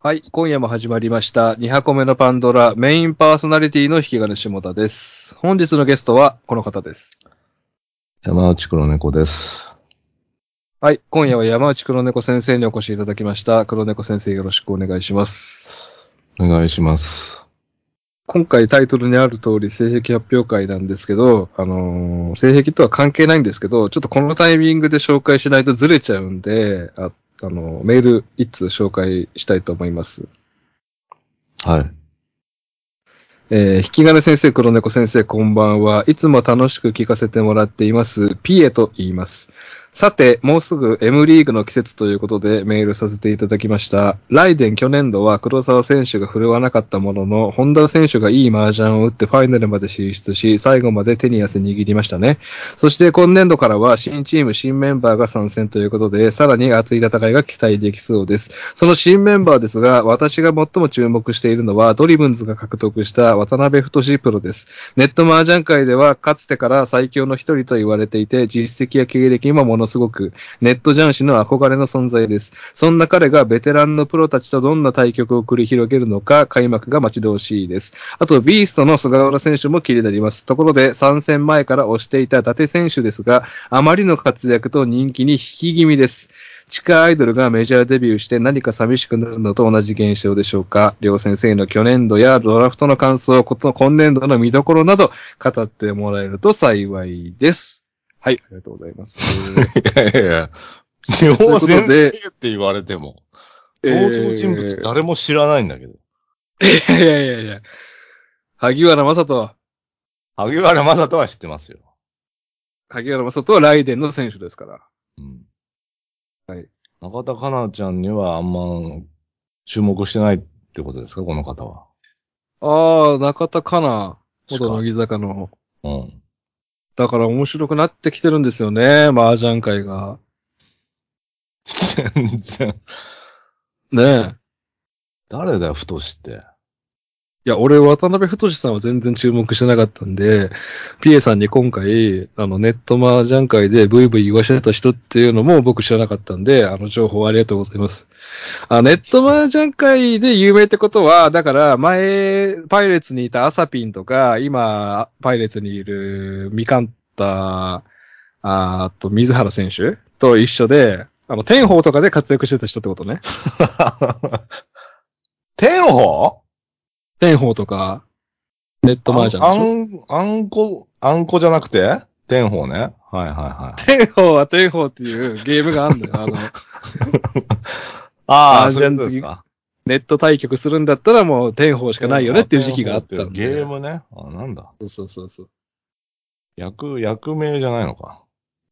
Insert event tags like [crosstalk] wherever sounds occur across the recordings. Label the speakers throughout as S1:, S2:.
S1: はい、今夜も始まりました。2箱目のパンドラ、メインパーソナリティの引き金下田です。本日のゲストはこの方です。
S2: 山内黒猫です。
S1: はい、今夜は山内黒猫先生にお越しいただきました。黒猫先生よろしくお願いします。
S2: お願いします。
S1: 今回タイトルにある通り、性癖発表会なんですけど、あのー、性癖とは関係ないんですけど、ちょっとこのタイミングで紹介しないとずれちゃうんで、あ、あのー、メール一通紹介したいと思います。
S2: はい。
S1: えー、引き金先生、黒猫先生、こんばんは。いつも楽しく聞かせてもらっています。ピエと言います。さて、もうすぐ M リーグの季節ということでメールさせていただきました。ライデン去年度は黒沢選手が振るわなかったものの、本田選手がいい麻雀を打ってファイナルまで進出し、最後まで手に汗握りましたね。そして今年度からは新チーム、新メンバーが参戦ということで、さらに熱い戦いが期待できそうです。その新メンバーですが、私が最も注目しているのは、ドリブンズが獲得した渡辺太プロです。ネット麻雀界ではかつてから最強の一人と言われていて、実績や経歴もものすごく、ネット雀士の憧れの存在です。そんな彼がベテランのプロたちとどんな対局を繰り広げるのか、開幕が待ち遠しいです。あと、ビーストの菅原選手も気になります。ところで、参戦前から推していた伊達選手ですが、あまりの活躍と人気に引き気味です。地下アイドルがメジャーデビューして何か寂しくなるのと同じ現象でしょうか。両先生の去年度やドラフトの感想、こと今年度の見どころなど語ってもらえると幸いです。はい、ありがとうございます。 [laughs]
S2: いやいやいや、日本先生って言われても、登場人物誰も知らないんだけど。
S1: えー、いやいやいや萩原正人は。
S2: 萩原正人は知ってますよ。
S1: 萩原正人はライデンの選手ですから。うん。
S2: はい。中田かなちゃんにはあんま注目してないってことですかこの方は。
S1: ああ、中田かな元乃木坂の。うん。だから面白くなってきてるんですよね、麻雀界が。
S2: 全然。
S1: ねえ。
S2: 誰だよ、太って。
S1: いや、俺、渡辺太さんは全然注目してなかったんで、ピエさんに今回、あの、ネット麻雀会でブイブイ言わしてた人っていうのも僕知らなかったんで、あの、情報ありがとうございます。あ、ネット麻雀会で有名ってことは、だから、前、パイレーツにいたアサピンとか、今、パイレーツにいるミカンタ、あと、水原選手と一緒で、あの、天宝とかで活躍してた人ってことね。
S2: 天宝
S1: 天宝とか、ネットマージャ。
S2: ンでしょあん、あんこ、あんこじゃなくて天宝ね。はいはいはい
S1: 天宝は天宝っていうゲームがあるん [laughs] だよ。あの、
S2: ああ、そういうことですか。
S1: ネット対局するんだったらもう天宝しかないよねっていう時期があったん
S2: で。ゲームね。あ、なんだ。
S1: そうそうそうそう。
S2: 役、役名じゃないのか。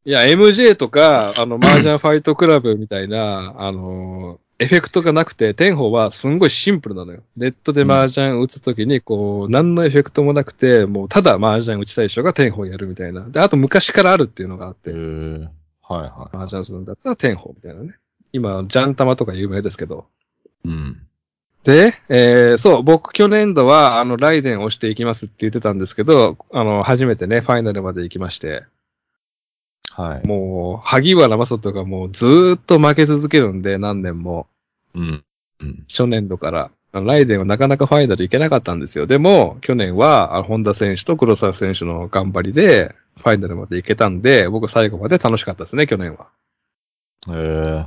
S1: いや、MJ とか、あの、マージャンファイトクラブみたいな、あのーエフェクトがなくて、天宝はすんごいシンプルなのよ。ネットで麻雀打つときに、こう、何のエフェクトもなくて、もうただ麻雀打ちたい人が天宝やるみたいな。で、あと昔からあるっていうのがあって。へ
S2: はいはい。
S1: 麻雀するんだったら天宝みたいなね。今、ジャン玉とか有名ですけど。
S2: うん。
S1: で、えー、そう、僕去年度は、あの、ライデンをしていきますって言ってたんですけど、あの、初めてね、ファイナルまで行きまして。
S2: はい。
S1: もう、萩原正人がもうずーっと負け続けるんで、何年も。
S2: うん。うん、
S1: 初年度から。ライデンはなかなかファイナル行けなかったんですよ。でも、去年は、本田選手と黒沢選手の頑張りで、ファイナルまで行けたんで、僕最後まで楽しかったですね、去年は。
S2: へえ。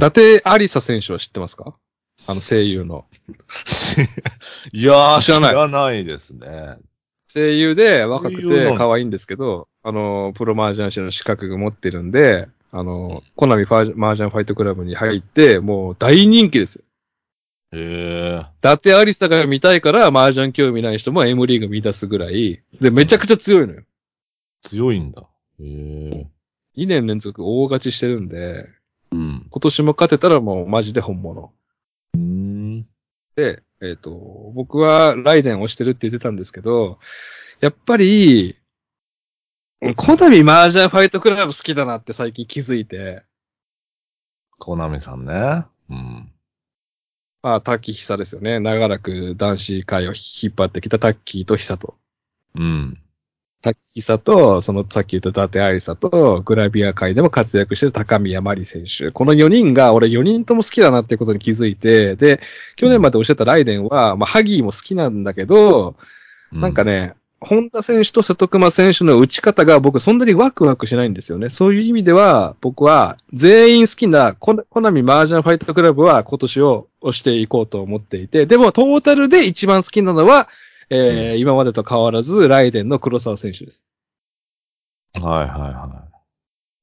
S1: 伊達ありさ選手は知ってますかあの声優の。
S2: [laughs] いやー、知らないですね。
S1: 声優で若くて可愛いんですけど、あの、プロマージャン師の資格持ってるんで、あの、うん、コナミファーマージャンファイトクラブに入って、もう大人気ですよ。
S2: へえ。
S1: だってアリサが見たいから、マージャン興味ない人も M リーグ見出すぐらい、で、めちゃくちゃ強いのよ。
S2: 強いんだ。へえ。
S1: 2年連続大勝ちしてるんで、
S2: うん。
S1: 今年も勝てたらもうマジで本物。
S2: うん。
S1: で、えっ、ー、と、僕はライデンをしてるって言ってたんですけど、やっぱり、コナミマージャンファイトクラブ好きだなって最近気づいて。
S2: コナミさんね。うん。
S1: まあ、タッキー久ですよね。長らく男子会を引っ張ってきたタッキーと久と。
S2: うん。
S1: 滝久と、そのさっき言った伊達愛さと、グラビア界でも活躍してる高宮真理選手。この4人が、俺4人とも好きだなっていうことに気づいて、で、去年までおっしゃったライデンは、まあ、ハギーも好きなんだけど、なんか
S2: ね、
S1: ね、本田選手と瀬戸熊選手の打ち方が僕そんなにワクワクしないんですよね。そういう意味では、僕は全員好きなコナコナミマージャンファイトクラブは今年を押していこうと思っていて、でもトータルで一番好きなのは、えー今までと変わらず、ライデンの黒沢選手です。
S2: はいは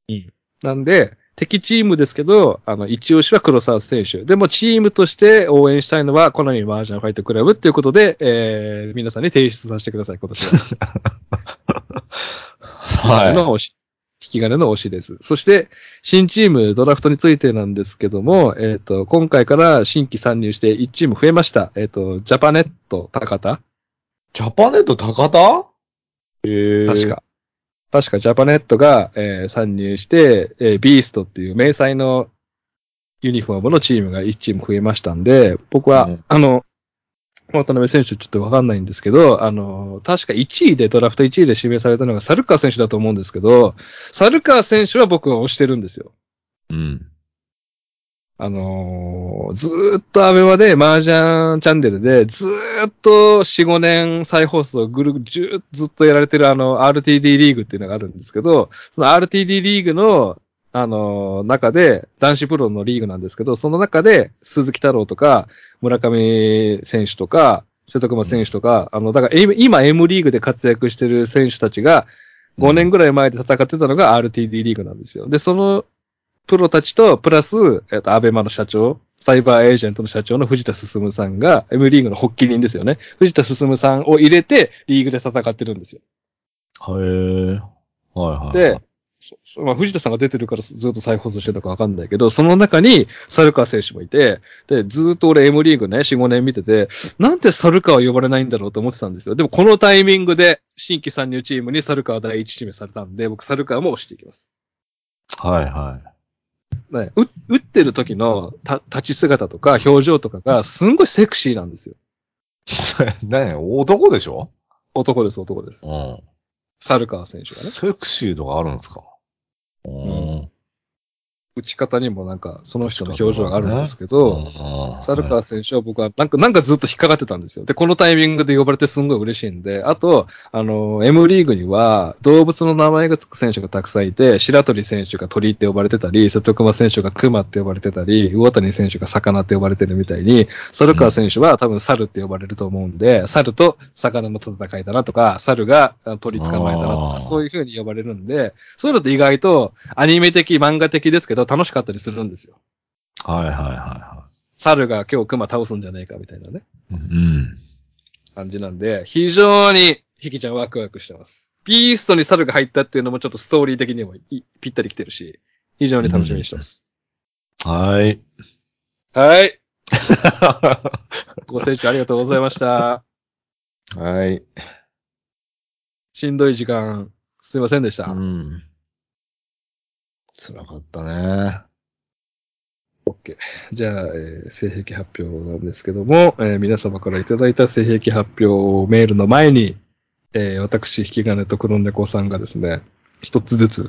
S2: いは
S1: なんで、敵チームですけど、あの、一押しは黒沢選手。でもチームとして応援したいのは、コナミマージャンファイトクラブっていうことで、えー皆さんに提出させてください、今年は。
S2: い。は
S1: の推し、引き金の推しです。そして、新チームドラフトについてなんですけども、えっ、と、今回から新規参入して1チーム増えました。えっ、と、ジャパネット高田
S2: い。ジャパネット高田ええ
S1: 確。か。確かジャパネットが、えー参入して、えービーストっていう迷彩のユニフォームのチームが1チーム増えましたんで、僕は、
S2: うん
S1: あの、渡辺選手ちょっとわかんないんですけど、あの、確か1位で、ドラフト1位で指名されたのがサルカー選手だと思うんですけど、サルカー選手は僕は推してるんですよ。
S2: うん。
S1: あのーずーっとアベマで、麻雀チャンネルで、ずーっと4、5年再放送ぐるぐるじゅーずっとやられてるあの、RTD リーグっていうのがあるんですけど、その RTD リーグの、あのー中で、男子プロのリーグなんですけど、その中で、鈴木太郎とか、村上選手とか、瀬戸熊選手とか、あの、だから、M- 今 M リーグで活躍してる選手たちが、5年ぐらい前で戦ってたのが RTD リーグなんですよ。で、そのプロたちと、プラス、えっと、アベマの社長、サイバーエージェントの社長の藤田進さんが、M リーグの発起人ですよね。藤田進さんを入れて、リーグで戦ってるんですよ。
S2: へえ。はいはい。
S1: で、そそまあ、藤田さんが出てるからずずっと再放送してたかわかんないけど、その中に、猿川選手もいて、で、ずっと俺 M リーグね、4、5年見てて、なんで猿川呼ばれないんだろうと思ってたんですよ。でも、このタイミングで、新規参入チームに猿川第一指名されたんで、僕、猿川も押していきます。
S2: はいはい。
S1: ね、う打ってる時のた立ち姿とか表情とかがすんごいセクシーなんですよ。
S2: [laughs] 何男でしょ
S1: 男です、男です。
S2: うん。
S1: 猿川選手がね。
S2: セクシー度があるんですかうん
S1: 打ち方にもなんかその人の表情があるんですけど、
S2: ん
S1: 猿川選手は僕はなんか、なんかずっと引っかかってたんですよ。で、このタイミングで呼ばれてすんごい嬉しいんで、あと、あの、M リーグには動物の名前がつく選手がたくさんいて、白鳥選手が鳥って呼ばれてたり、瀬戸熊選手が熊って呼ばれてたり、魚谷選手が魚って呼ばれてるみたいに、猿川選手は多分猿って呼ばれると思うんで、猿と魚の戦いだなとか、猿があ鳥捕まえたなと
S2: あー
S1: か、そういう風に呼ばれるんで、そういうのって意外とアニメ的、漫画的ですけど楽しかったりするんですよ。
S2: はいはいはいは
S1: 猿が今日熊倒すんじゃねえかみたいなね。
S2: い。うん。
S1: 感じなんで、非常に、ひきちゃんワクワクしてます。ビーストに猿が入ったっていうのもちょっとストーリー的にもいぴったりきてるし、非常に楽しみにしてます。
S2: はい。
S1: はい。ご清聴ありがとうございました。 [laughs]
S2: はい。
S1: しんどい時間、すいませんでした。
S2: うん。辛かったね。
S1: じゃあ、えー性癖発表なんですけども、えー皆様からいただいた性癖発表メールの前に、えー私、引き金と黒猫さんがですね、一つずつ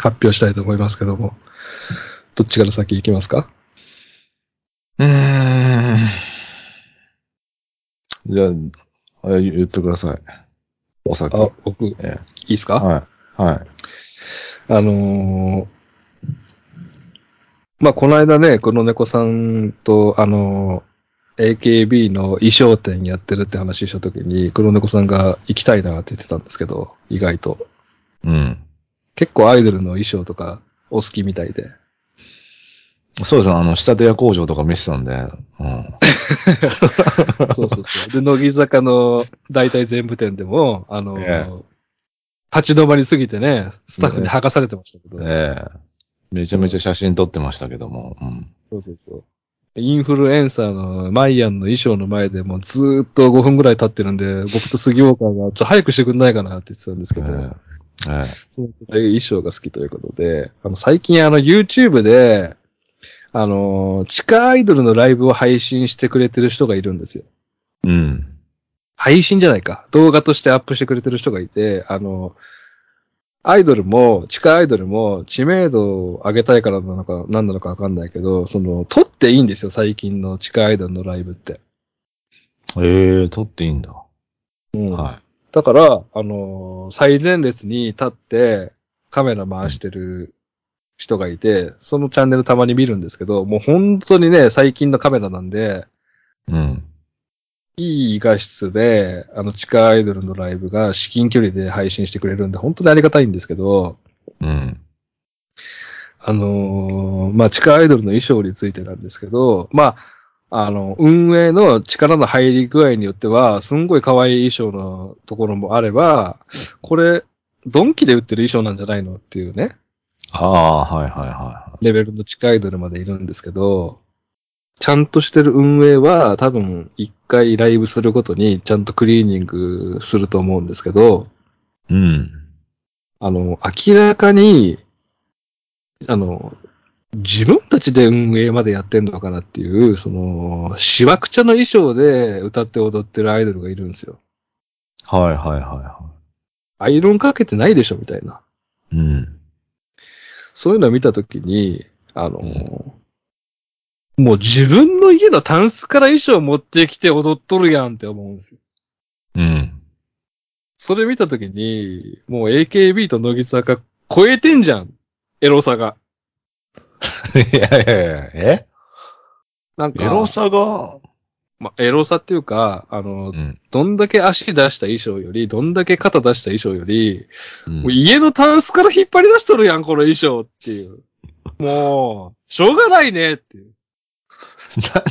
S1: 発表したいと思いますけども、どっちから先行きますか
S2: うーん。じゃあ、あ言ってください。お酒。
S1: あ
S2: は、
S1: 僕、い
S2: え
S1: いですか、
S2: い。はい。
S1: あのーまあ、この間ね、黒猫さんと、あのー AKB の衣装店やってるって話した時に、黒猫さんが行きたいなって言ってたんですけど、意外と。
S2: うん。
S1: 結構アイドルの衣装とかお好きみたいで。
S2: そうですね。あの、仕立て屋工場とか見せたんで。うん。
S1: そうそうそう。で、 [laughs] 乃木坂の大体全部店でも、あのー
S2: え
S1: 立ち止まりすぎてね、スタッフに剥がされてましたけど。
S2: ええめちゃめちゃ写真撮ってましたけども。うん。
S1: そうそうそう。インフルエンサーのマイアンの衣装の前でもうずーっと5分ぐらい経ってるんで、僕と杉岡がちょっと早くしてくんないかなって言ってたんですけ
S2: え
S1: ど、
S2: ええ
S1: そのくらい衣装が好きということで、あの最近あの YouTube で、あのー、地下アイドルのライブを配信してくれてる人がいるんですよ。
S2: えうん。
S1: 配信じゃないか。動画としてアップしてくれてる人がいて、あの、アイドルも、地下アイドルも、知名度を上げたいからなのか、何なのかわかんないけど、その、撮っていいんですよ、最近の地下アイドルのライブって。
S2: ええ撮っていいんだ。
S1: うん。
S2: は
S1: だから、あのー最前列に立って、カメラ回してる人がいて、そのチャンネルたまに見るんですけど、もう本当にね、最近のカメラなんで、
S2: い。うん。
S1: いい画質で、あの、地下アイドルのライブが至近距離で配信してくれるんで、本当にありがたいんですけど、
S2: うん。
S1: あのーまあ、地下アイドルの衣装についてなんですけど、まあ、あの、運営の力の入り具合によっては、すんごい可愛い衣装のところもあれば、これ、ドンキで売ってる衣装なんじゃないのっていうね、
S2: ああ、はいはいは
S1: レベルの地下アイドルまでいるんですけど、ちゃんとしてる運営は多分一回ライブするごとにちゃんとクリーニングすると思うんですけど、
S2: い。うん。
S1: あの、明らかに、あの、自分たちで運営までやってんのかなっていう、その、しわくちゃの衣装で歌って踊ってるアイドルがいるんですよ。
S2: はいはいはいは
S1: アイロンかけてないでしょみたいな。
S2: い。うん。
S1: そういうのを見たときに、あの、もう自分の家のタンスから衣装持ってきて踊っとるやんって思うんですよ。
S2: うん。 [laughs]
S1: それ見たときに、もう AKB と乃木坂超えてんじゃん。エロさが。
S2: いやいやいや、え
S1: なんか、
S2: エロさが、
S1: まあ、エロさっていうか、あの、
S2: うん。
S1: どんだけ足出した衣装より、どんだけ肩出した衣装より、
S2: うん
S1: もう家のタンスから引っ張り出しとるやん、この衣装っていう。もう、しょうがないねっていう。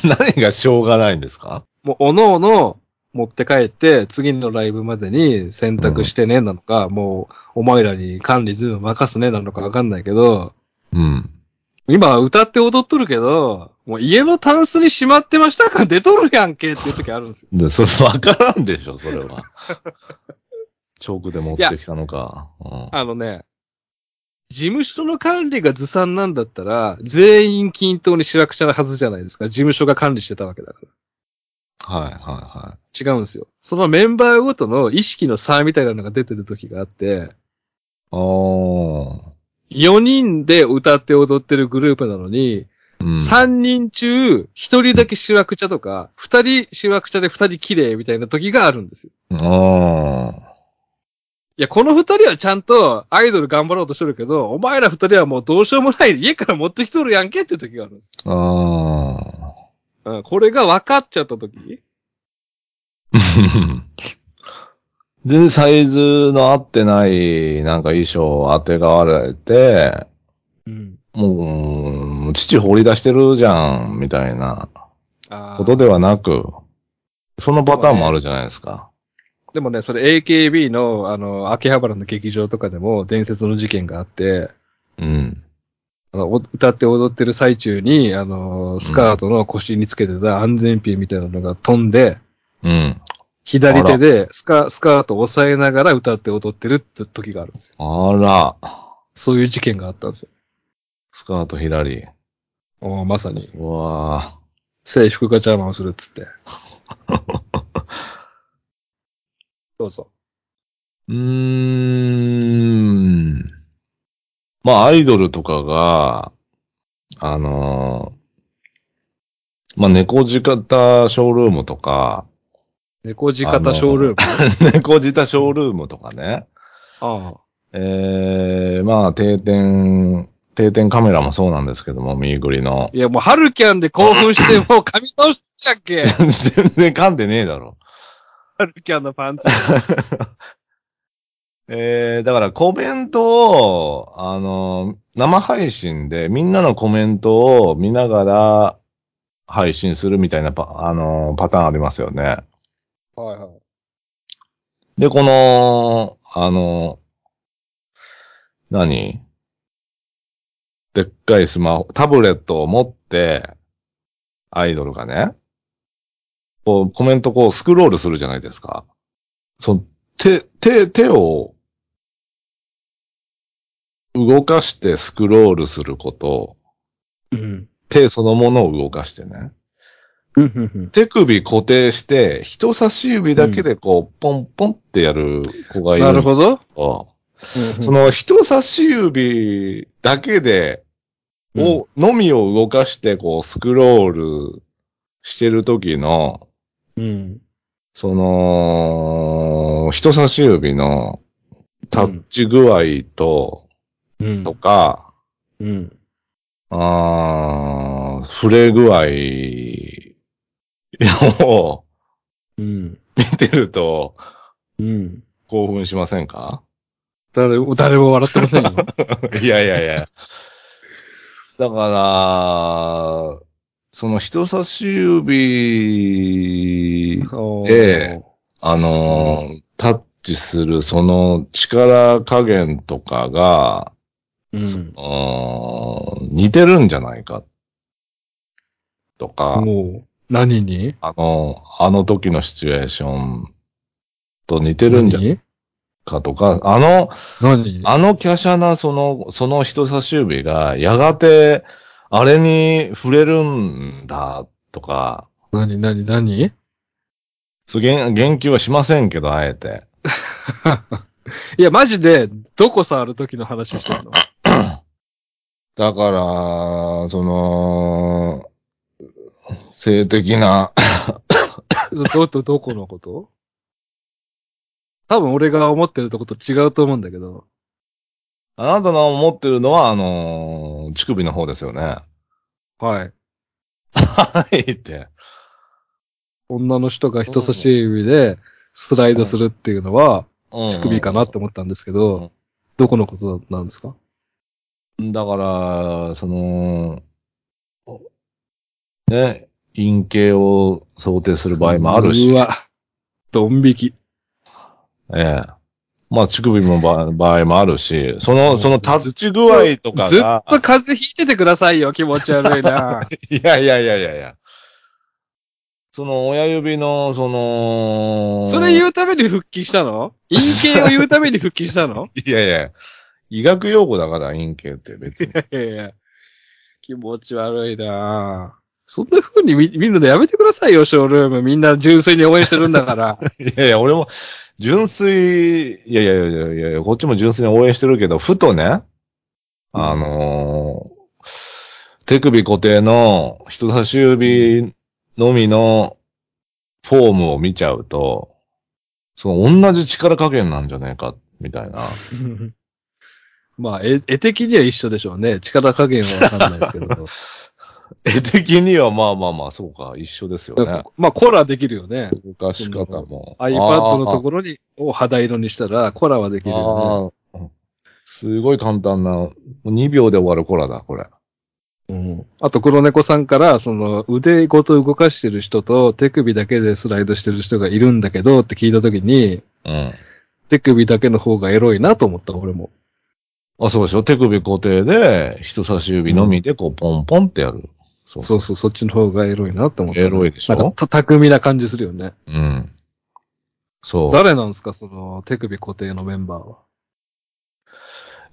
S2: な何がしょうがないんですか
S1: もう、おのおの持って帰って、次のライブまでに選択してね、なのか、もう、お前らに管理全部任すね、なのかわかんないけど、
S2: うん。
S1: 今歌って踊っとるけど、もう家のタンスにしまってましたか出とるやんけっていう時あるんですよ。
S2: で、それわからんでしょ、それは。チョークで持ってきたのか。うん
S1: あのね、事務所の管理がずさんなんだったら、全員均等にしらくちゃなはずじゃないですか。事務所が管理してたわけだか
S2: はいはいは
S1: ら。違うんですよ。そのメンバーごとの意識の差みたいなのが出てる時があって、
S2: い。おー。
S1: 4人で歌って踊ってるグループなのに、
S2: うん
S1: 3人中1人だけしわくちゃとか、2人しわくちゃで2人綺麗みたいな時があるんですよ。
S2: あ
S1: いや、この二人はちゃんとアイドル頑張ろうとしてるけど、お前ら二人はもうどうしようもない家から持ってきとるやんけって時があるんです。
S2: あ。ああ。
S1: うん、これが分かっちゃった時
S2: [laughs] で、サイズの合ってない、なんか衣装を当てがわれて、
S1: うん。
S2: もう、父掘り出してるじゃん、みたいな
S1: あ
S2: ことではなく、そのパターンもあるじゃないですか。
S1: でもね、それ AKB の、あの、秋葉原の劇場とかでも伝説の事件があって、
S2: うん。
S1: あのお歌って踊ってる最中に、あの、スカートの腰につけてた安全ピンみたいなのが飛んで、
S2: うん。
S1: 左手でスカスカートを押さえながら歌って踊ってるって時があるんですよ。
S2: あら、
S1: そういう事件があったんですよ。
S2: スカート左。
S1: おーまさに。
S2: うわあ。
S1: 制服が邪魔をするっつ
S2: [laughs]
S1: って。そうそう
S2: ーん。まあ、アイドルとかが、あのーまあ、猫舌ショールームとか、 [laughs]
S1: う。猫地方ショールーム。
S2: 猫舌ショールームとかね、
S1: あ
S2: えー、まあ、定点、定点カメラもそうなんですけども、ミーグリの
S1: あ。。
S2: [laughs]
S1: いや、もう、ハルキャンで興奮して、もう噛み倒してたっけ
S2: 全然噛んでねえだろ。
S1: ハルキャンのパンツ。
S2: えー、だからコメントを、あの、生配信でみんなのコメントを見ながら配信するみたいなパ、あの、パターンありますよね。
S1: はいはい。
S2: で、この、あの、何でっかいスマホ、タブレットを持って、アイドルがね、こう、コメントこうスクロールするじゃないですか。その、手、手、手を、動かしてスクロールすること、
S1: うん。
S2: 手そのものを動かしてね。
S1: うんうんうん
S2: 手首固定して、人差し指だけでこう、ポンポンってやる子がいる。
S1: なるほど。
S2: ど。その人差し指だけで、
S1: うんうん
S2: を、のみを動かして、こう、スクロールしてる時の、
S1: うん。
S2: その、人差し指のタッチ具合と、
S1: うん
S2: とか、
S1: うん。
S2: あー触れ具合を [laughs]
S1: うん。
S2: 見てると
S1: うん。
S2: 興奮しませんか
S1: 誰も、誰も笑ってませ [laughs] んよ。
S2: [laughs] いやいやいや。だから、その人差し指
S1: おー
S2: えあのータッチするその力加減とかが、
S1: うん。
S2: うーん似てるんじゃないか。とか、
S1: もう、何に
S2: あの、あの時のシチュエーションと似てるんじゃない
S1: 何
S2: かとか、あの、
S1: 何
S2: あの華奢なその、その人差し指が、やがて、あれに触れるんだ、とか、
S1: 何何何
S2: そう言言及はしませんけど、あえて。
S1: いや、マジで、どこ触る時の話をしてるの
S2: だから、その、性的な、
S1: ど、ど、どこのこと多分俺が思ってるとこと違うと思うんだけど。
S2: あなたの思ってるのは、あのー乳首の方ですよね。 [laughs] は
S1: はい。
S2: いって。
S1: 女の人が人差し指でスライドするっていうのは、
S2: うん
S1: 乳首かなって思ったんですけ
S2: う
S1: ど
S2: ん、
S1: どこのことなんですか
S2: だから、その、ね、陰茎を想定する場合もあるし、
S1: うわ、ドン引き。
S2: ええ。まあ、乳首もば場合もあるし、その、そのタッチ具合とか
S1: ずっ
S2: が、
S1: と風邪ひいててくださいよ、気持ち悪い
S2: [laughs]
S1: な。
S2: いやいやいやいやいや。その親指の、その、
S1: それ言うために復帰したの陰茎を言うために復帰したの
S2: [laughs] いやいや、医学用語だから陰茎って別
S1: い
S2: に。 [laughs]
S1: やいや、気持ち悪いなそんな風に見見るのやめてくださいよ、ショールーム。みんな純粋に応援してるんだから。
S2: いやいや、俺も、純粋、いやいやいやいやいや、こっちも純粋に応援してるけど、ふとね、 [laughs] あのー手首固定の人差し指のみのフォームを見ちゃうと、その同じ力加減なんじゃねえか、みたい [laughs] な。
S1: [laughs] まあ、絵絵的には一緒でしょうね。力加減はわかんないですけ
S2: [laughs]
S1: ど。
S2: 絵的にはまあまあまあ、そうか、一緒ですよね。
S1: まあ、コラできるよね。
S2: 動かし方も。
S1: iPad のと
S2: こ
S1: ころに、を肌色にしたら、コラはできるよ
S2: すごい簡単な、もう2秒で終わるコラだ、これ。
S1: ね。うんあと、黒猫さんから、その、腕ごと動かしてる人と、手首だけでスライドしてる人がいるんだけど、って聞いたときに、
S2: うん。
S1: 手首だけの方がエロいなと思った、俺も。
S2: あ、そうでしょ手首固定で、人差し指のみで、こう、ポンポンってやる。そう
S1: そうそう、そっちの方がエロいなって思った。
S2: エロいでし
S1: なん
S2: ょ
S1: か、た、巧みな感じするよね。
S2: うん。そう。
S1: 誰なんですか、その、手首固定のメンバーは。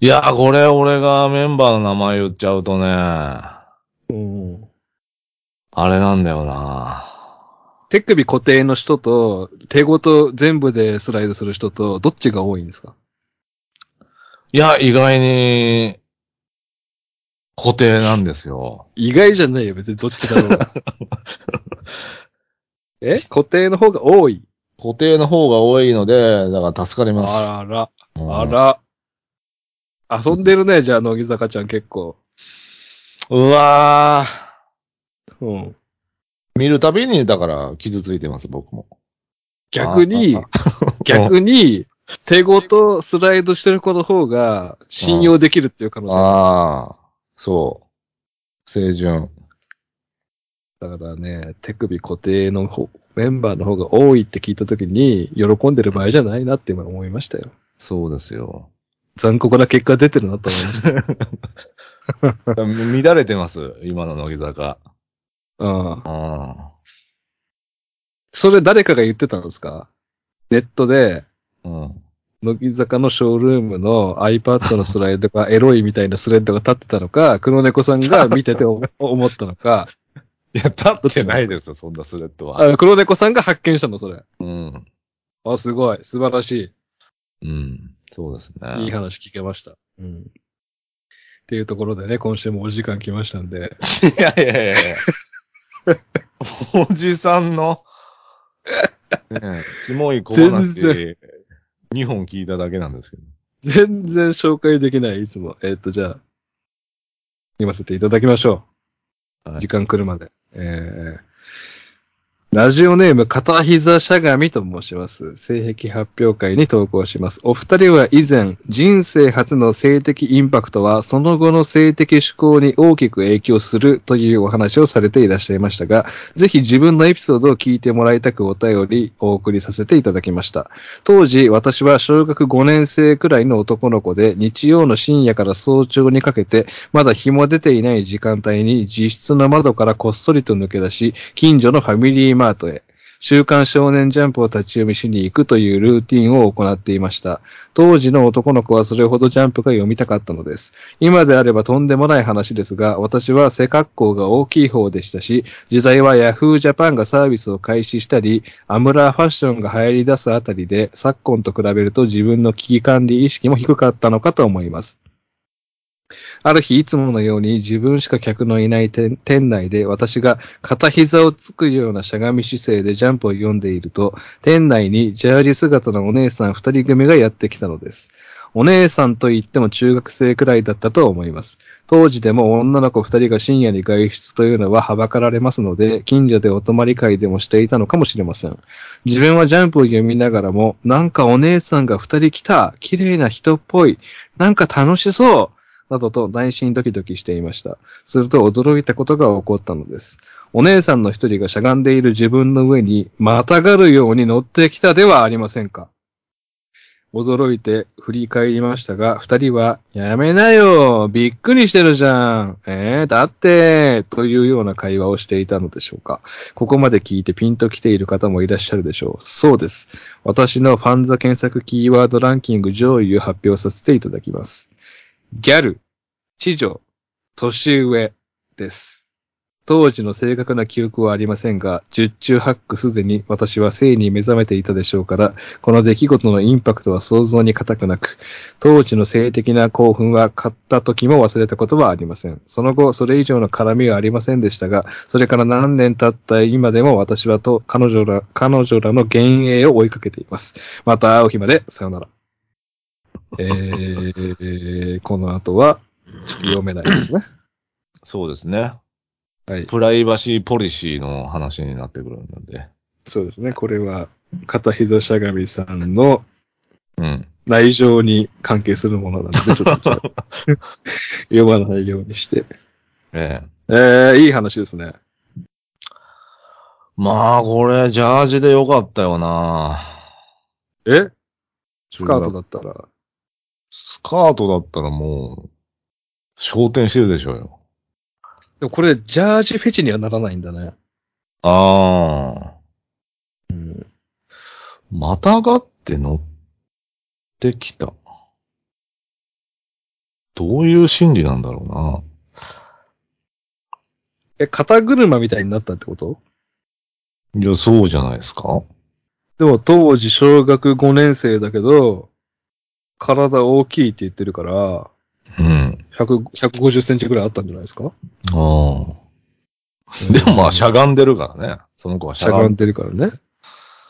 S2: いや、これ、俺がメンバーの名前言っちゃうとね、あ
S1: うん。
S2: れなんだよな。
S1: 手首固定の人と、手ごと全部でスライドする人と、どっちが多いんですか
S2: いや、意外に、固定なんですよ。
S1: 意外じゃないよ、別にどっちだろ
S2: [laughs]
S1: うが。え固定の方が多い。
S2: 固定の方が多いので、だから助かります。
S1: あら
S2: うん
S1: あら、あら。遊んでるね、じゃあ、乃木坂ちゃん結構。
S2: うわ
S1: うん。
S2: ー見るたびに、だから、傷ついてます、僕も。
S1: 逆に
S2: あ、
S1: [laughs] 逆に、手ごとスライドしてる子の方が信用できるっていう可能性があ
S2: ああ、そう。青春。
S1: るだからね、手首固定の方メンバーの方が多いって聞いた時に、喜んでる場合じゃないなって今思いましたよ。
S2: そうで
S1: [laughs]
S2: すよ。
S1: 残酷な結果出てるなと思いました。
S2: 乱れてます、今の乃木坂。
S1: うん。
S2: うん。
S1: それ誰かが言ってたんですかネットで、
S2: うん。
S1: 乃木坂のショールームの iPad のスライドがエロいみたいなスレッドが立ってたのか、黒猫さんが見ててお思ったのか、
S2: いや、立ってないですよ、そんなスレッドは。
S1: あ、黒猫さんが発見したの、それ。
S2: うん。
S1: あ、すごい。素晴らし
S2: うん。そうですね。
S1: い。い
S2: [laughs]
S1: い話聞けました。うん。っていうところでね、今週もお時間来ましたんで。
S2: いやいやいやいや。おじさん
S1: [laughs]
S2: の、ねえ、キモい小
S1: 全
S2: 話、2本聞いただけなんですけど。
S1: 全然紹介できない、いつも。えっ、と、じゃあ、読ませていただきましょう。
S2: はい
S1: 時間来るまで。えー、ラジオネーム、片膝しゃがみと申します。性癖発表会に投稿します。お二人は以前、人生初の性的インパクトは、その後の性的思考に大きく影響するというお話をされていらっしゃいましたが、ぜひ自分のエピソードを聞いてもらいたくお便りお送りさせていただきました。当時、私は小学5年生くらいの男の子で、日曜の深夜から早朝にかけて、まだ日も出ていない時間帯に、自室の窓からこっそりと抜け出し、近所のファミリーマートへ。週刊少年ジャンプを立ち読みしに行くというルーティンを行っていました。当時の男の子はそれほどジャンプが読みたかったのです。今であればとんでもない話ですが、私は背格好が大きい方でしたし、時代はヤフージャパンがサービスを開始したり、アムラーファッションが流行り出すあたりで、昨今と比べると自分の危機管理意識も低かったのかと思います。ある日、いつものように自分しか客のいない店店内で私が片膝をつくようなしゃがみ姿勢でジャンプを読んでいると、店内にジャージ姿のお姉さん二人組がやってきたのです。お姉さんと言っても中学生くらいだったと思います。当時でも女の子二人が深夜に外出というのははばかられますので、近所でお泊まり会でもしていたのかもしれません。自分はジャンプを読みながらも、なんかお姉さんが二人来た綺麗な人っぽいなんか楽しそうなどと内心ドキドキしていました。すると驚いたことが起こったのです。お姉さんの一人がしゃがんでいる自分の上に、またがるように乗ってきたではありませんか。驚いて振り返りましたが、二人は、やめなよびっくりしてるじゃんえー、だってというような会話をしていたのでしょうか。ここまで聞いてピンと来ている方もいらっしゃるでしょう。そうです。私のファンザ検索キーワードランキング上位を発表させていただきます。ギャル、知女、年上です。当時の正確な記憶はありませんが、十中八九すでに私は性に目覚めていたでしょうから、この出来事のインパクトは想像に難くなく、当時の性的な興奮は買った時も忘れたことはありません。その後、それ以上の絡みはありませんでしたが、それから何年経った今でも私はと彼女ら、彼女らの幻影を追いかけています。また会う日まで、さよなら。えー、この後は、ちょっと読めないですね。
S2: そうですね。
S1: はい。
S2: プライバシーポリシーの話になってくるので。
S1: そうですね。これは、片膝しゃがみさんの
S2: うん。
S1: 内情に関係するものなので、ちょっとじゃあ読まないようにして。
S2: ええ。
S1: えー、いい話ですね。
S2: まあ、これ、ジャージでよかったよな
S1: えスカートだったら。
S2: スカートだったらもう、焦点してるでしょうよ。
S1: でもこれ、ジャージフェチにはならないんだね。
S2: ああ。
S1: うん。
S2: またがって乗ってきた。どういう心理なんだろうな。
S1: え、肩車みたいになったってこと
S2: いや、そうじゃないですか
S1: でも当時小学5年生だけど、体大きいって言ってるから、
S2: うん。
S1: 100 150センチぐらいあったんじゃないですか
S2: ああ。 [laughs] でもまあ、しゃがんでるからね。その子はし
S1: し
S2: ゃ
S1: ゃ
S2: が
S1: が
S2: ん
S1: んでるからね。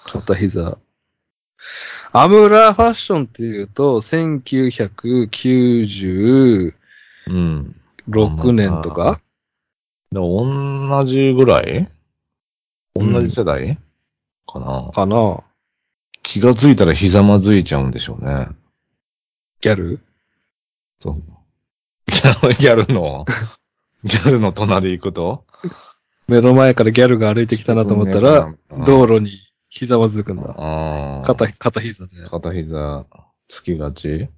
S1: 片膝。アムラーファッションっていうと、1996
S2: うん。
S1: 年とか
S2: でも同じぐらい同じ世代、かな。
S1: かな
S2: 気がついたらひざまずいちゃうんでしょうね。 [laughs]
S1: ギャル
S2: そう。ギャルギャルの、ギャルの隣行くと
S1: 目の前からギャルが歩いてきたなと思ったら、、
S2: う
S1: 道路に膝まずくんだ。
S2: ああ。
S1: 片、片膝で。
S2: 片膝つきがち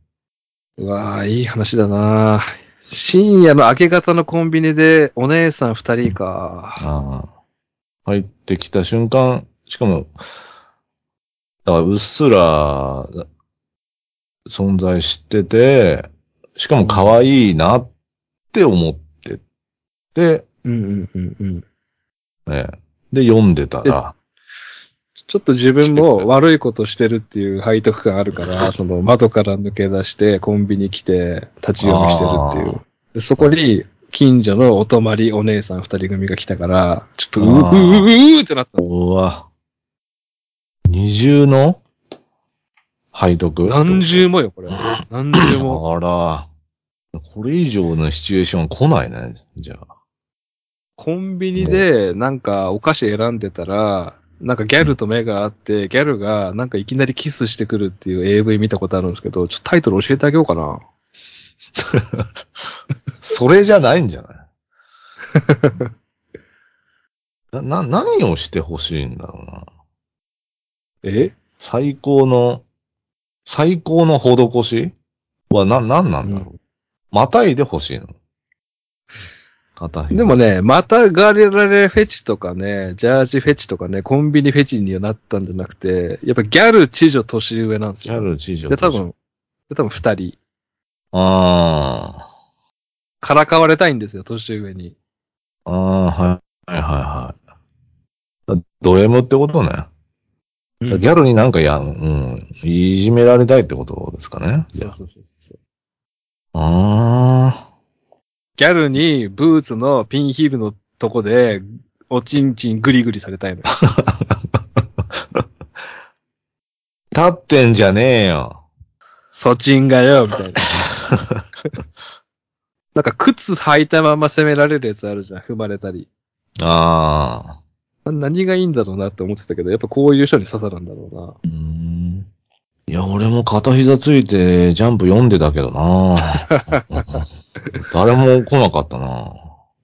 S1: うわあ、いい話だな深夜の明け方のコンビニでお姉さん二人か。
S2: ああ。入ってきた瞬間、しかも、だからうっすら存在してて、しかも可愛いなって思ってて、
S1: うんうんうんうん。
S2: ええで、読んでたら、
S1: ちょっと自分も悪いことしてるっていう背徳感ある [laughs] から、その窓から抜け出してコンビニ来て立ち読みしてるっていう。でそこに近所のお泊まりお姉さん二人組が来たから、ちょっとううう
S2: あー
S1: うううってなった。
S2: うわ。二重の背徳
S1: 何重もよ、これ。何重も。
S2: あら。これ以上のシチュエーション来ないね。じゃあ。
S1: コンビニでなんかお菓子選んでたら、なんかギャルと目があって、ギャルがなんかいきなりキスしてくるっていう AV 見たことあるんですけど、ちょっとタイトル教えてあげようかな。
S2: それじゃないん [laughs] じゃないな、な、何をしてほしいんだろうな。
S1: え
S2: 最高の、最高の施しはな、なんなんだろう。またいでほしいの。片膝
S1: でもね、またガレラレフェチとかね、ジャージフェチとかね、コンビニフェチにはなったんじゃなくて、やっぱギャル、知女、年上なんです
S2: ギャ
S1: よ。
S2: ル知女
S1: で、多。分、で多分二人。
S2: あ
S1: からかわれたいんですよ、年上に。
S2: あ、ああ、はい、はい、はいはい。ド M ってことね。
S1: うん
S2: ギャルになんかやん、うん、いじめられたいってことですかね。
S1: そうそうそうそう。
S2: あ
S1: ギャルにブーツのピンヒールのとこで、おちんちんグリグリされたいのよ。
S2: あ、立ってんじゃねえよ。
S1: そちんがよ、みたいな。 [laughs] なんか靴履いたまま攻められるやつあるじゃん、踏まれたり。
S2: ああ。
S1: な何がいいんだろうなって思ってたけど、やっぱこういう人に刺さるんだろうな。
S2: うーんいや、俺も片膝ついてジャンプ読んでたけどな [laughs] 誰も来なかったな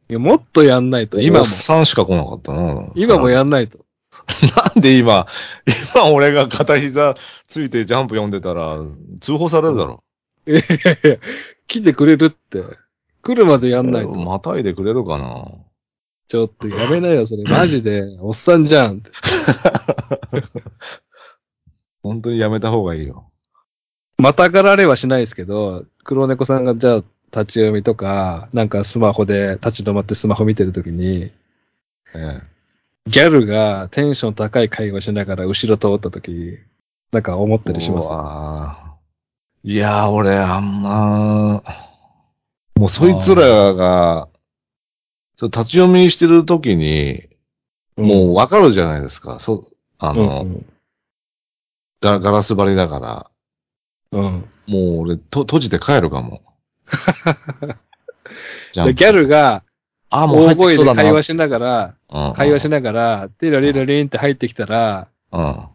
S2: い
S1: や、もっとやんないと、今
S2: お
S1: も
S2: っ。さんしか来なかったな
S1: 今もやんないと。
S2: [laughs] なんで今、今俺が片膝ついてジャンプ読んでたら、通報されるだろ。
S1: いやいや来てくれるって。来るまでやんないと。
S2: またいでくれるかな
S1: ちょっとやめなよ、それ。マジで。おっさんじゃんって。
S2: 本当にやめた方がいいよ。
S1: またがられはしないですけど、黒猫さんがじゃあ立ち読みとか、なんかスマホで立ち止まってスマホ見てるときに、
S2: え
S1: ギャルがテンション高い会話しながら後ろ通ったとき、なんか思っ
S2: え
S1: たりします
S2: う。わーいやー、俺、あんま、もうそいつらが、そう立ち読みしてる時に、もうわかるじゃないですか。そう、あ
S1: うん、
S2: の、ガガラス張りだから、
S1: うん。うん。
S2: もう俺と、閉じて帰るか
S1: [laughs]
S2: も。じ
S1: でギャルが
S2: あ、もう
S1: 大
S2: 入ってき
S1: 声
S2: そう
S1: で
S2: だな。
S1: 会話しながら、
S2: うん
S1: 会話しながら、テラリラリンって入ってきたら、
S2: うん。も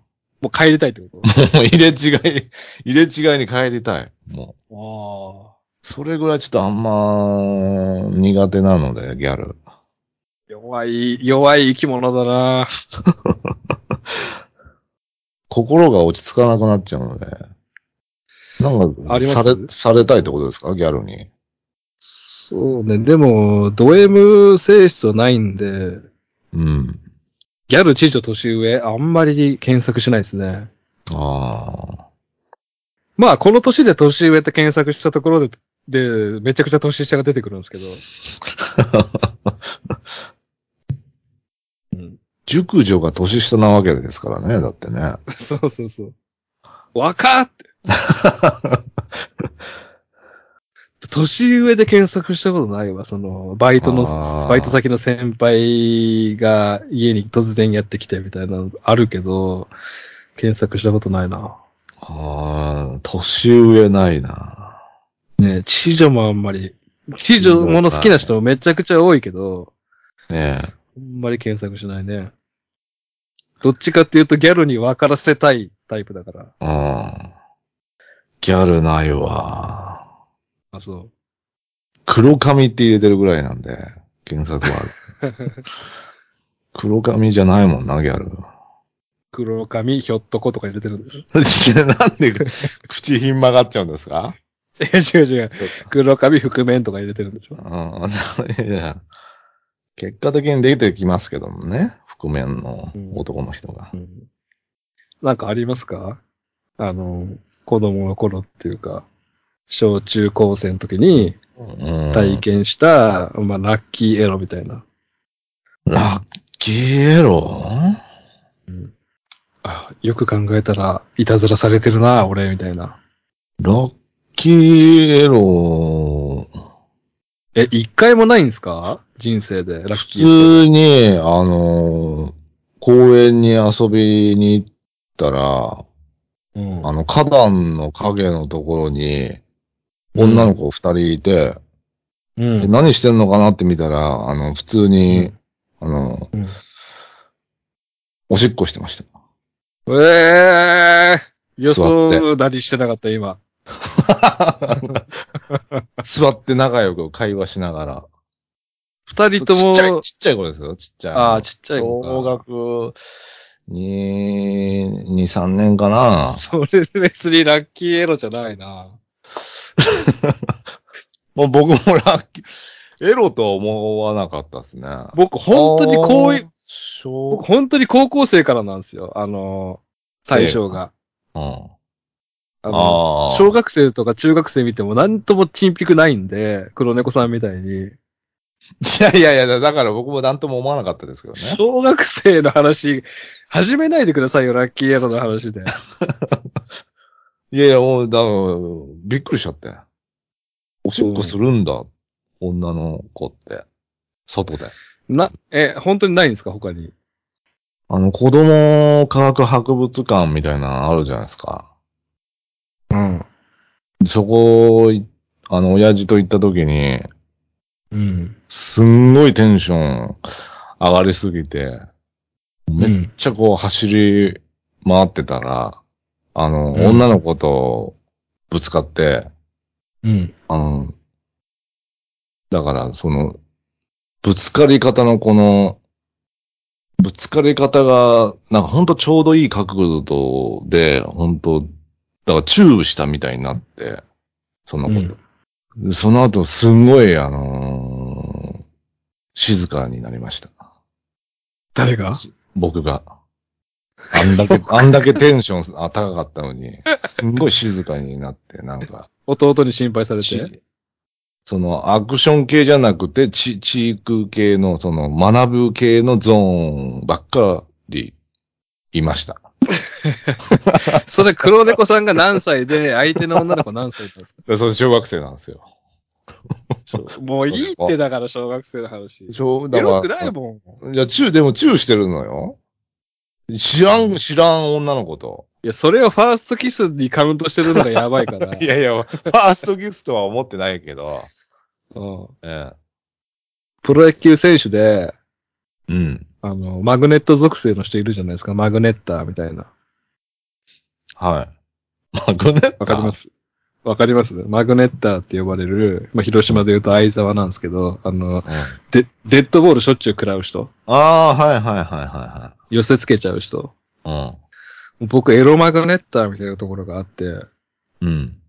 S1: もう帰りたいって
S2: [laughs]
S1: こ
S2: う入れ違い、 [laughs] 入れ違いに帰りたい。もう。
S1: とああ。
S2: それぐらいちょっとあんま苦手なので、ギャル。
S1: 弱い、弱い生き物だな
S2: 心が落ち着かなくなっちゃうので。なんか、
S1: あります
S2: され、されたいってことですかギャルに。
S1: そうね。でも、ド M 性質はないんで、
S2: うん。
S1: ギャル、知女、年上、あんまり検索しないですね。
S2: ああ。
S1: まあ、この年で年上って検索したところで、で、めちゃくちゃ年下が出てくるんです
S2: [laughs]
S1: けど。うん。
S2: 熟女が年下なわけですからね、だってね。
S1: そうそうそう。若っ
S2: [laughs]
S1: って。年上で検索したことないわ。その、バイトの
S2: あー、
S1: バイト先の先輩が家に突然やってきてみたいなのあるけど、検索したことないな。
S2: ああ、年上ないな。
S1: ねえ、知女もあんまり、知女もの好きな人もめちゃくちゃ多いけど、
S2: ねえ。
S1: あんまり検索しないね。どっちかっていうとギャルに分からせたいタイプだから。
S2: うん。ギャルないわ。
S1: あ、そう。
S2: 黒髪って入れてるぐらいなんで、検
S1: [laughs]
S2: 索はある。黒髪じゃないもんな、ギャル。 [laughs]
S1: 黒髪、ひょっとことか入れてるんでしょ [laughs]
S2: なんで口ひん曲がっちゃうんで
S1: [laughs]
S2: すか
S1: え、違う違う。黒髪覆面とか入れてるんでしょ
S2: うん、 [laughs] いや結果的に出てきますけどもね、覆面の男の人が。
S1: なんかありますかあの、子供の頃っていうか、小中高生の時に
S2: うん
S1: 体験した、まあ、ラッキーエロみたいな。
S2: ラッゲロ
S1: あよく考えたら、いたずらされてるな、俺、みたいな。
S2: ラッキーエロー。
S1: え、一回もないんですか人生で、ラッ
S2: 普
S1: キー
S2: 通に、あのー公園に遊びに行ったら、
S1: ステイ。うん
S2: あの、花壇の影のところに、女の子二人いて、
S1: うん
S2: で何してんのかなって見たら、あの、普通に、あの、
S1: うん
S2: おしっこしてました。
S1: ええー、予
S2: 座
S1: 想なりしてなかった、今。
S2: 座って仲良く会話しながら。
S1: 二
S2: ちっ
S1: 人とも
S2: ちゃ、い、ちっちゃい子ですよ、ちっちゃい。
S1: ああ、ちっちゃい子
S2: 小
S1: か。
S2: 学2、2、3年かな。
S1: それ別にラッキーエロじゃないな。
S2: もう僕もラッキー、エロとは思わなかったですね。
S1: 僕、本当にこうい
S2: あ
S1: う、
S2: ー
S1: 僕、
S2: 小
S1: 本当に高校生からなんですよ。あの、対象が。
S2: うん。
S1: あの
S2: ああ。
S1: 小学生とか中学生見ても何ともチンピクないんで、黒猫さんみたいに。
S2: いやいやいや、だから僕も何とも思わなかったですけどね。
S1: 小学生の話、始めないでくださいよ、ラッキーエロの話
S2: [laughs]
S1: で。
S2: いやいや、もう、だから、びっくりしちゃって。おしっこするんだ、女の子って。外で。
S1: な、え、本当にないんですか、他に。
S2: あの、子供科学博物館みたいなのあるじゃないですか。
S1: うん。
S2: そこ、いあの、親父と行った時に、
S1: うん。
S2: すんごいテンション上がりすぎて、めっちゃこう走り回ってたら、あの、
S1: うん
S2: 女の子とぶつかって、
S1: うん。
S2: あの、だから、その、ぶつかり方のこの、ぶつかり方が、なんかほんとちょうどいい角度で、本当だからチューしたみたいになって、そのこと。でその後、すんごい、あのー静かになりました。
S1: 誰が
S2: 僕が。あんだけ、
S1: [laughs]
S2: あんだけテンションあ高かったのに、すんごい静かになって、なんか、
S1: 弟に心配されて。
S2: ちそのアクション系じゃなくて、ち、チーク系の、その学ぶ系のゾーンばっかりいました。
S1: それ黒猫さんが何歳で、相手の女の子何歳だったんです
S2: [laughs] でそれ小学生なんですよ。
S1: かもういいってだから小学生の話。
S2: 小、
S1: エ
S2: だ
S1: ロ
S2: か
S1: くな
S2: ら
S1: い、もん。
S2: いや、チュー、でもチューしてるのよ。知らん、知らん女の子と。
S1: いや、それをファーストキスにカウントしてるのがやばいから。
S2: いやいや、ファーストギスとは思ってないけど。
S1: うん、
S2: え
S1: プロ野球選手で、
S2: え。うん。
S1: あの、マグネット属性の人いるじゃないですか。マグネッターみたいな。
S2: はい。マグネット
S1: わかりますわかりますマグネッターって呼ばれる、まあ、広島で言うと相沢なんですけど、あの、
S2: うん
S1: で、デッドボールしょっちゅう食らう人
S2: ああ、はいはいは
S1: 寄せつけちゃう人
S2: いはいはい。
S1: 僕、エロマグネッターみたいなところがあって、
S2: うん。うん。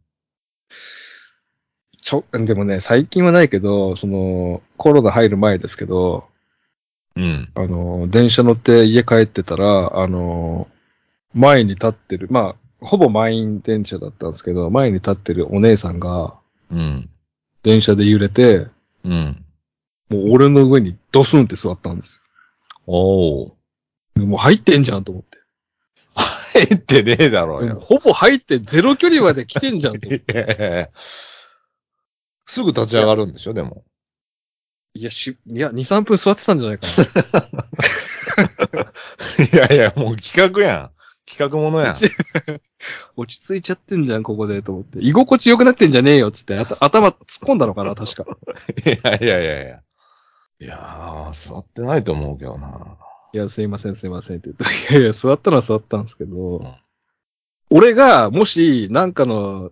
S1: ちょ、でもね、最近はないけど、その、コロナ入る前ですけど、
S2: うん。
S1: あの、電車乗って家帰ってたら、あの、前に立ってる、まあ、ほぼ満員電車だったんですけど、前に立ってるお姉さんが、
S2: うん。
S1: 電車で揺れて、
S2: うん。
S1: もう俺の上にドスンって座ったんです
S2: おお。
S1: よ。もう入ってんじゃんと思って。
S2: 入ってねえだろう
S1: もう
S2: よ。
S1: ほぼ入ってゼロ距離まで来てんじゃんと思って。
S2: いやいやいやすぐ立ち上がるんでしょ、でも。
S1: いや、し、いや、2、3分座ってたんじゃないかな。
S2: いやいや、もう企画やん。企画ものやん。
S1: 落ち着いちゃってんじゃん、ここで、と思って。居心地良くなってんじゃねえよ、つって。あた頭突っ込んだのかな、確か。 [laughs]
S2: いやいやいやいや。いやー、座ってないと思うけどな。
S1: いや、すいません、すいませんって言って。い [laughs] やいや、座ったのは座ったんですけど、
S2: うん
S1: 俺が、もし、なんかの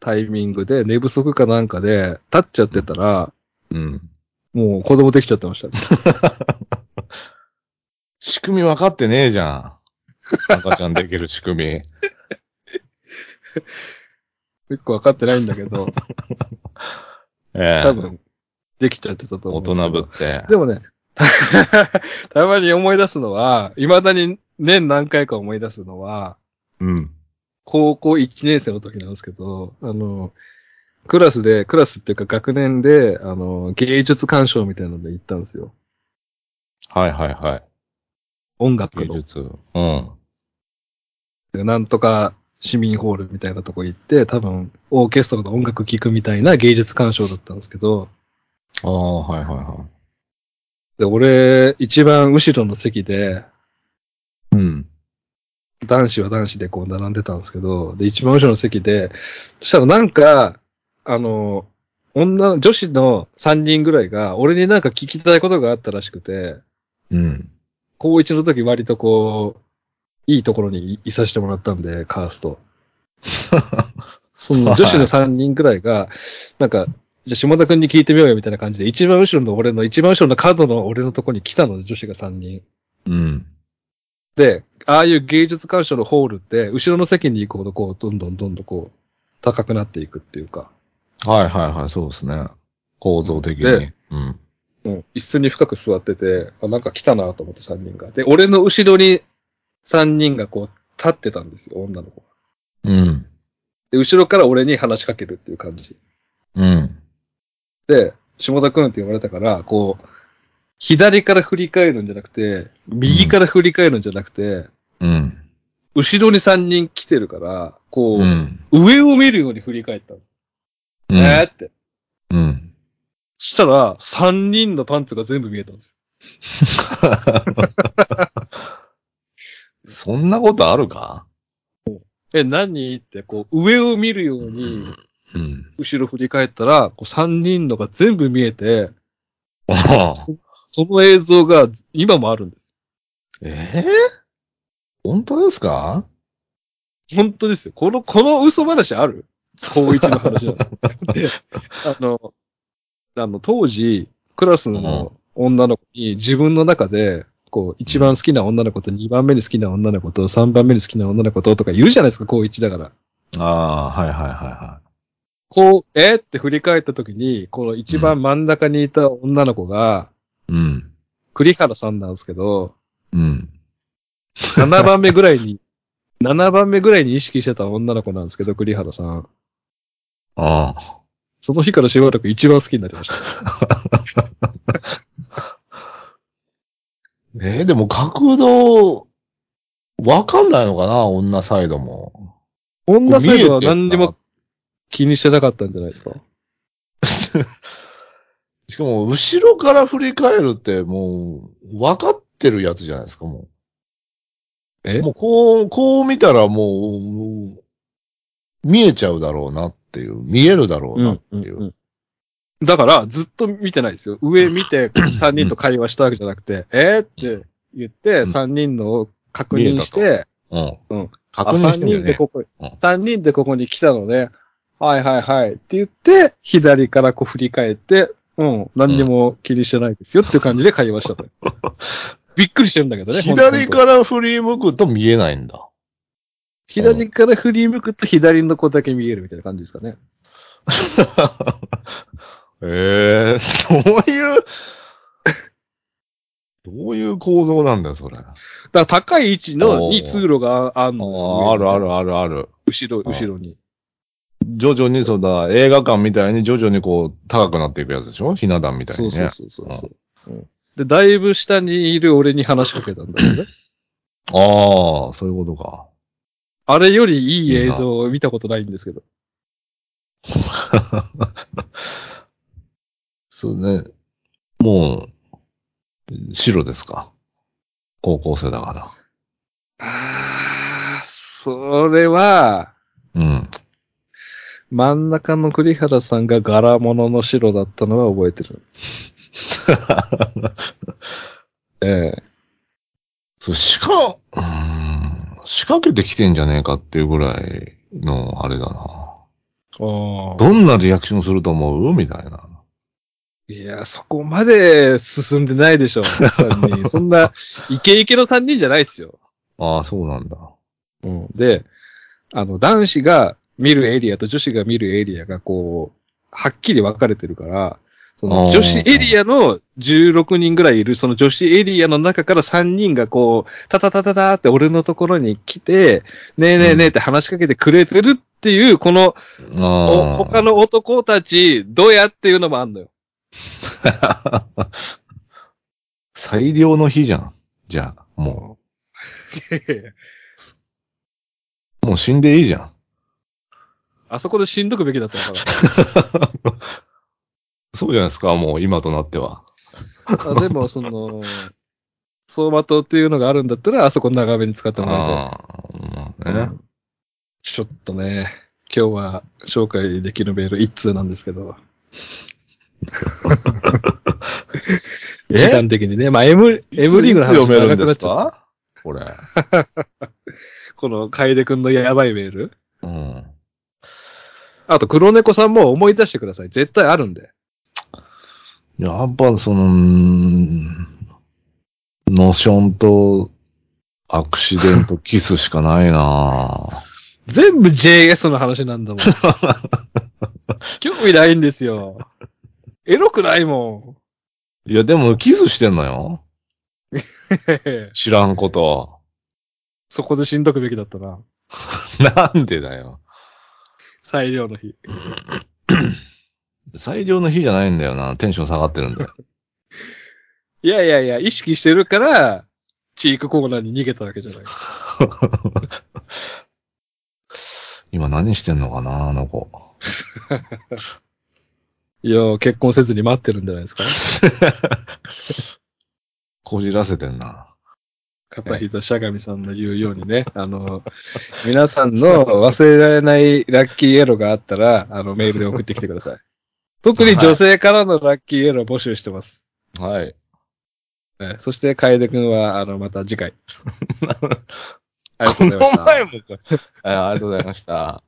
S1: タイミングで、寝不足かなんかで、立っちゃってたら、
S2: うん。
S1: もう子供できちゃってました。 [laughs]
S2: 仕組み分かってねえじゃん。赤ちゃんできる
S1: [laughs]
S2: 仕組み。
S1: 結構分かってないんだけ
S2: [laughs]
S1: ど、
S2: ええ
S1: 多分、できちゃってたと思
S2: 大
S1: うんですけど
S2: 人ぶって。
S1: でもね、 [laughs] たまに思い出すのは、未だに年何回か思い出すのは、
S2: うん。
S1: 高校1年生の時なんですけど、あの、クラスで、クラスっていうか学年で、あの、芸術鑑賞みたいなので行ったんですよ。
S2: はいはいはい。
S1: 音楽
S2: 芸
S1: の、
S2: 術。うん。
S1: なんとか市民ホールみたいなとこ行って、多分、オーケストラの音楽聴くみたいな芸術鑑賞だったんですけど、
S2: ああ、はいはいは
S1: で、俺、一番後ろの席で、
S2: い。うん。
S1: 男子は男子でこう並んでたんですけど、で、一番後ろの席で、そしたらなんか、あの、女、女子の3人ぐらいが、俺になんか聞きたいことがあったらしくて、
S2: うん。
S1: 高一の時割とこう、いいところにいいさせてもらったんで、カースト。その女子の3人ぐらいが、なんか、じゃあ島田くんに聞いてみようよみたいな感じで、一番後ろの俺の、一番後ろの角の俺のとこに来たので、女子が3人。
S2: うん。
S1: で、ああいう芸術鑑賞のホールって、後ろの席に行くほどこう、どんどんどんどんこう、高くなっていくっていうか、
S2: はいはいはい、そうですね。構造的に
S1: で。
S2: うん。
S1: うん、椅子に深く座ってて、あ、なんか来たなと思って3人が。で、俺の後ろに3人がこう、立ってたんですよ、女の子が。
S2: うん。
S1: で、後ろから俺に話しかけるっていう感じ。
S2: うん。
S1: で、下田くんって言われたから、こう、左から振り返るんじゃなくて、右から振り返るんじゃなくて、
S2: うん。
S1: 後ろに3人来てるから、こう、
S2: うん。
S1: 上を見るように振り返ったんです
S2: う
S1: よ。
S2: ん
S1: えーって。
S2: うん。
S1: そしたら、3人のパンツが全部見えたんです
S2: そんなことあるか
S1: よ。え、何って、こう、上を見るように、
S2: うん。
S1: 後ろ振り返ったら、こう3人のが全部見えて、
S2: ああ
S1: その映像が今もあるんです。
S2: ええ本当ですか
S1: 本当ですよ。この、この嘘話ある高一の話なの。で、あの、あの、当時、クラスの女の子に自分の中で、こう、一番好きな女の子と二番目に好きな女の子と三番目に好きな女の子ととかいるじゃないですか、高一だから。
S2: ああ、はいはいは
S1: こう、えーって振り返った時に、この一番真ん中にいた女の子が、
S2: いはい。うん。
S1: 栗原さんなんですけど、
S2: うん。
S1: 7番目ぐらいに、7番目ぐらいに意識してた女の子なんですけど、栗原さん。
S2: あ
S1: その日からしばらく一番好きになりました。
S2: あ。ええでも角度、わかんないのかな女サイドも。
S1: 女サイドは
S2: 見えてんな
S1: 何にも気にしてなかったんじゃないですか。
S2: しかも、後ろから振り返るって、もう、分かってるやつじゃないですか、も
S1: え
S2: う。もう、こう、こう見たらもう、もう見えちゃうだろうなっていう、見えるだろうなっていう。
S1: だから、ずっと見てないですよ。上見
S2: [coughs]
S1: て、3人と会話したわけじゃなくて、えーって言って、
S2: うん
S1: 3人のを確認して、
S2: うん。
S1: うん
S2: 確
S1: あ、
S2: 認
S1: 3
S2: してんだよ
S1: 人で
S2: ね。
S1: ここ、
S2: うん
S1: 3人でここに来たので、はいはいはいって言って、左からこう振り返って、うん、何にも気にしてないですよっていう感じで会話した
S2: [laughs]
S1: と。びっくりしてるんだけどね。
S2: 左
S1: ら
S2: から振り向くと見えないんだ。
S1: 左から振り向くと左の子だけ見えるみたいな感じですかね。
S2: ええそういう、どういう構造なんだよ、それ。あ
S1: だから高い位置の
S2: お
S1: に
S2: ー
S1: 通路があるのよ。
S2: あ、あるあ。るあるある。
S1: 後ろ、後ろに。
S2: 徐々に、そうだ、映画館みたいに徐々にこう、高くなっていくやつでしょひな壇みたい
S1: そ
S2: に
S1: う
S2: ね。
S1: そうそうそうそう、うんで、だいぶ下にいる俺に話しかけたんだよ [clears throat] ね。
S2: ああ、そういうことか。
S1: あれよりいい映像を見たことないんですけど。
S2: そうね。もう、白ですか。高校生だか
S1: ああ、それは、
S2: ら。うん。
S1: 真ん中の栗原さんが柄物の白だったのは覚えてる。 [laughs] ええ。
S2: そう、仕掛、うーん、仕掛けてきてんじゃねえかっていうぐらいの、あれだな。
S1: あ
S2: どんなリアクションすると思うみたいな。
S1: いや、そこまで進んでないでしょ、三人。そんな、イケイケの三人じゃないですよ。
S2: ああ、そうなんだ。
S1: うん。で、あの、男子が見るエリアと女子が見るエリアがこう、はっきり分かれてるから、そ
S2: あ
S1: の
S2: ー
S1: 女子エリアの16人ぐらいいる、その女子エリアの中から3人がこう、タタタタタって俺のところに来て、ねえねえねえって話しかけてくれてるっていう、この、お
S2: ああ。
S1: 他の男たち、どうやっていうのもあんのよ。
S2: 最良の日じゃん。じゃあ、も
S1: [laughs] え
S2: う、もう死んでいいじゃん。
S1: あそこで死んどくべきだったのか
S2: そうじゃないですか、もう今となっては。
S1: な。あでも、その、走馬灯っていうのがあるんだったら、あそこ長めに使ったのが
S2: ああ、
S1: いいと
S2: まあ
S1: う
S2: ね。
S1: んちょっとね、今日は紹介できるメール一通なんですけど。
S2: [laughs] え
S1: 時間的にね。まあ、M、M リーグの
S2: いつ読
S1: 話
S2: める
S1: 長
S2: ん
S1: く
S2: で
S1: なっ
S2: す
S1: ちゃった。
S2: かこれ。
S1: この、楓くんのやばいメール。
S2: うん。
S1: あと、黒猫さんも思い出してください。絶対あるんで。
S2: やっぱその、うーんノションとアクシデントキスしかないなぁ
S1: 全部 JS の話なんだもん。興味ないんですよ。エロくないも
S2: [laughs] いや、でもキスしてんのよ。 [laughs]
S1: ん。 [laughs]
S2: 知らんこと。 [laughs]
S1: そこで死んどくべきだったな。
S2: なんでだよ。
S1: 最良の日。
S2: 最良の日じゃないんだよな。テンション下がってるんだよ。
S1: いやいやいや、意識してるから、チークコーナーに逃げたわけじゃない。
S2: 今何してんのかなあの子。
S1: いや、結婚せずに待ってるんじゃないですか。
S2: [laughs] こじらせてんな。
S1: 片膝しゃがみさんの言うようにね、あの、皆さんの忘れられないラッキーエロがあったら、あの、メールで送ってきてください。特に女性からのラッキーエロを募集してます。
S2: はい。
S1: ねそして、楓くんは、あの、また次回。ありが
S2: こと
S1: うございま
S2: の
S1: した
S2: 前もか。はいありがとうございました。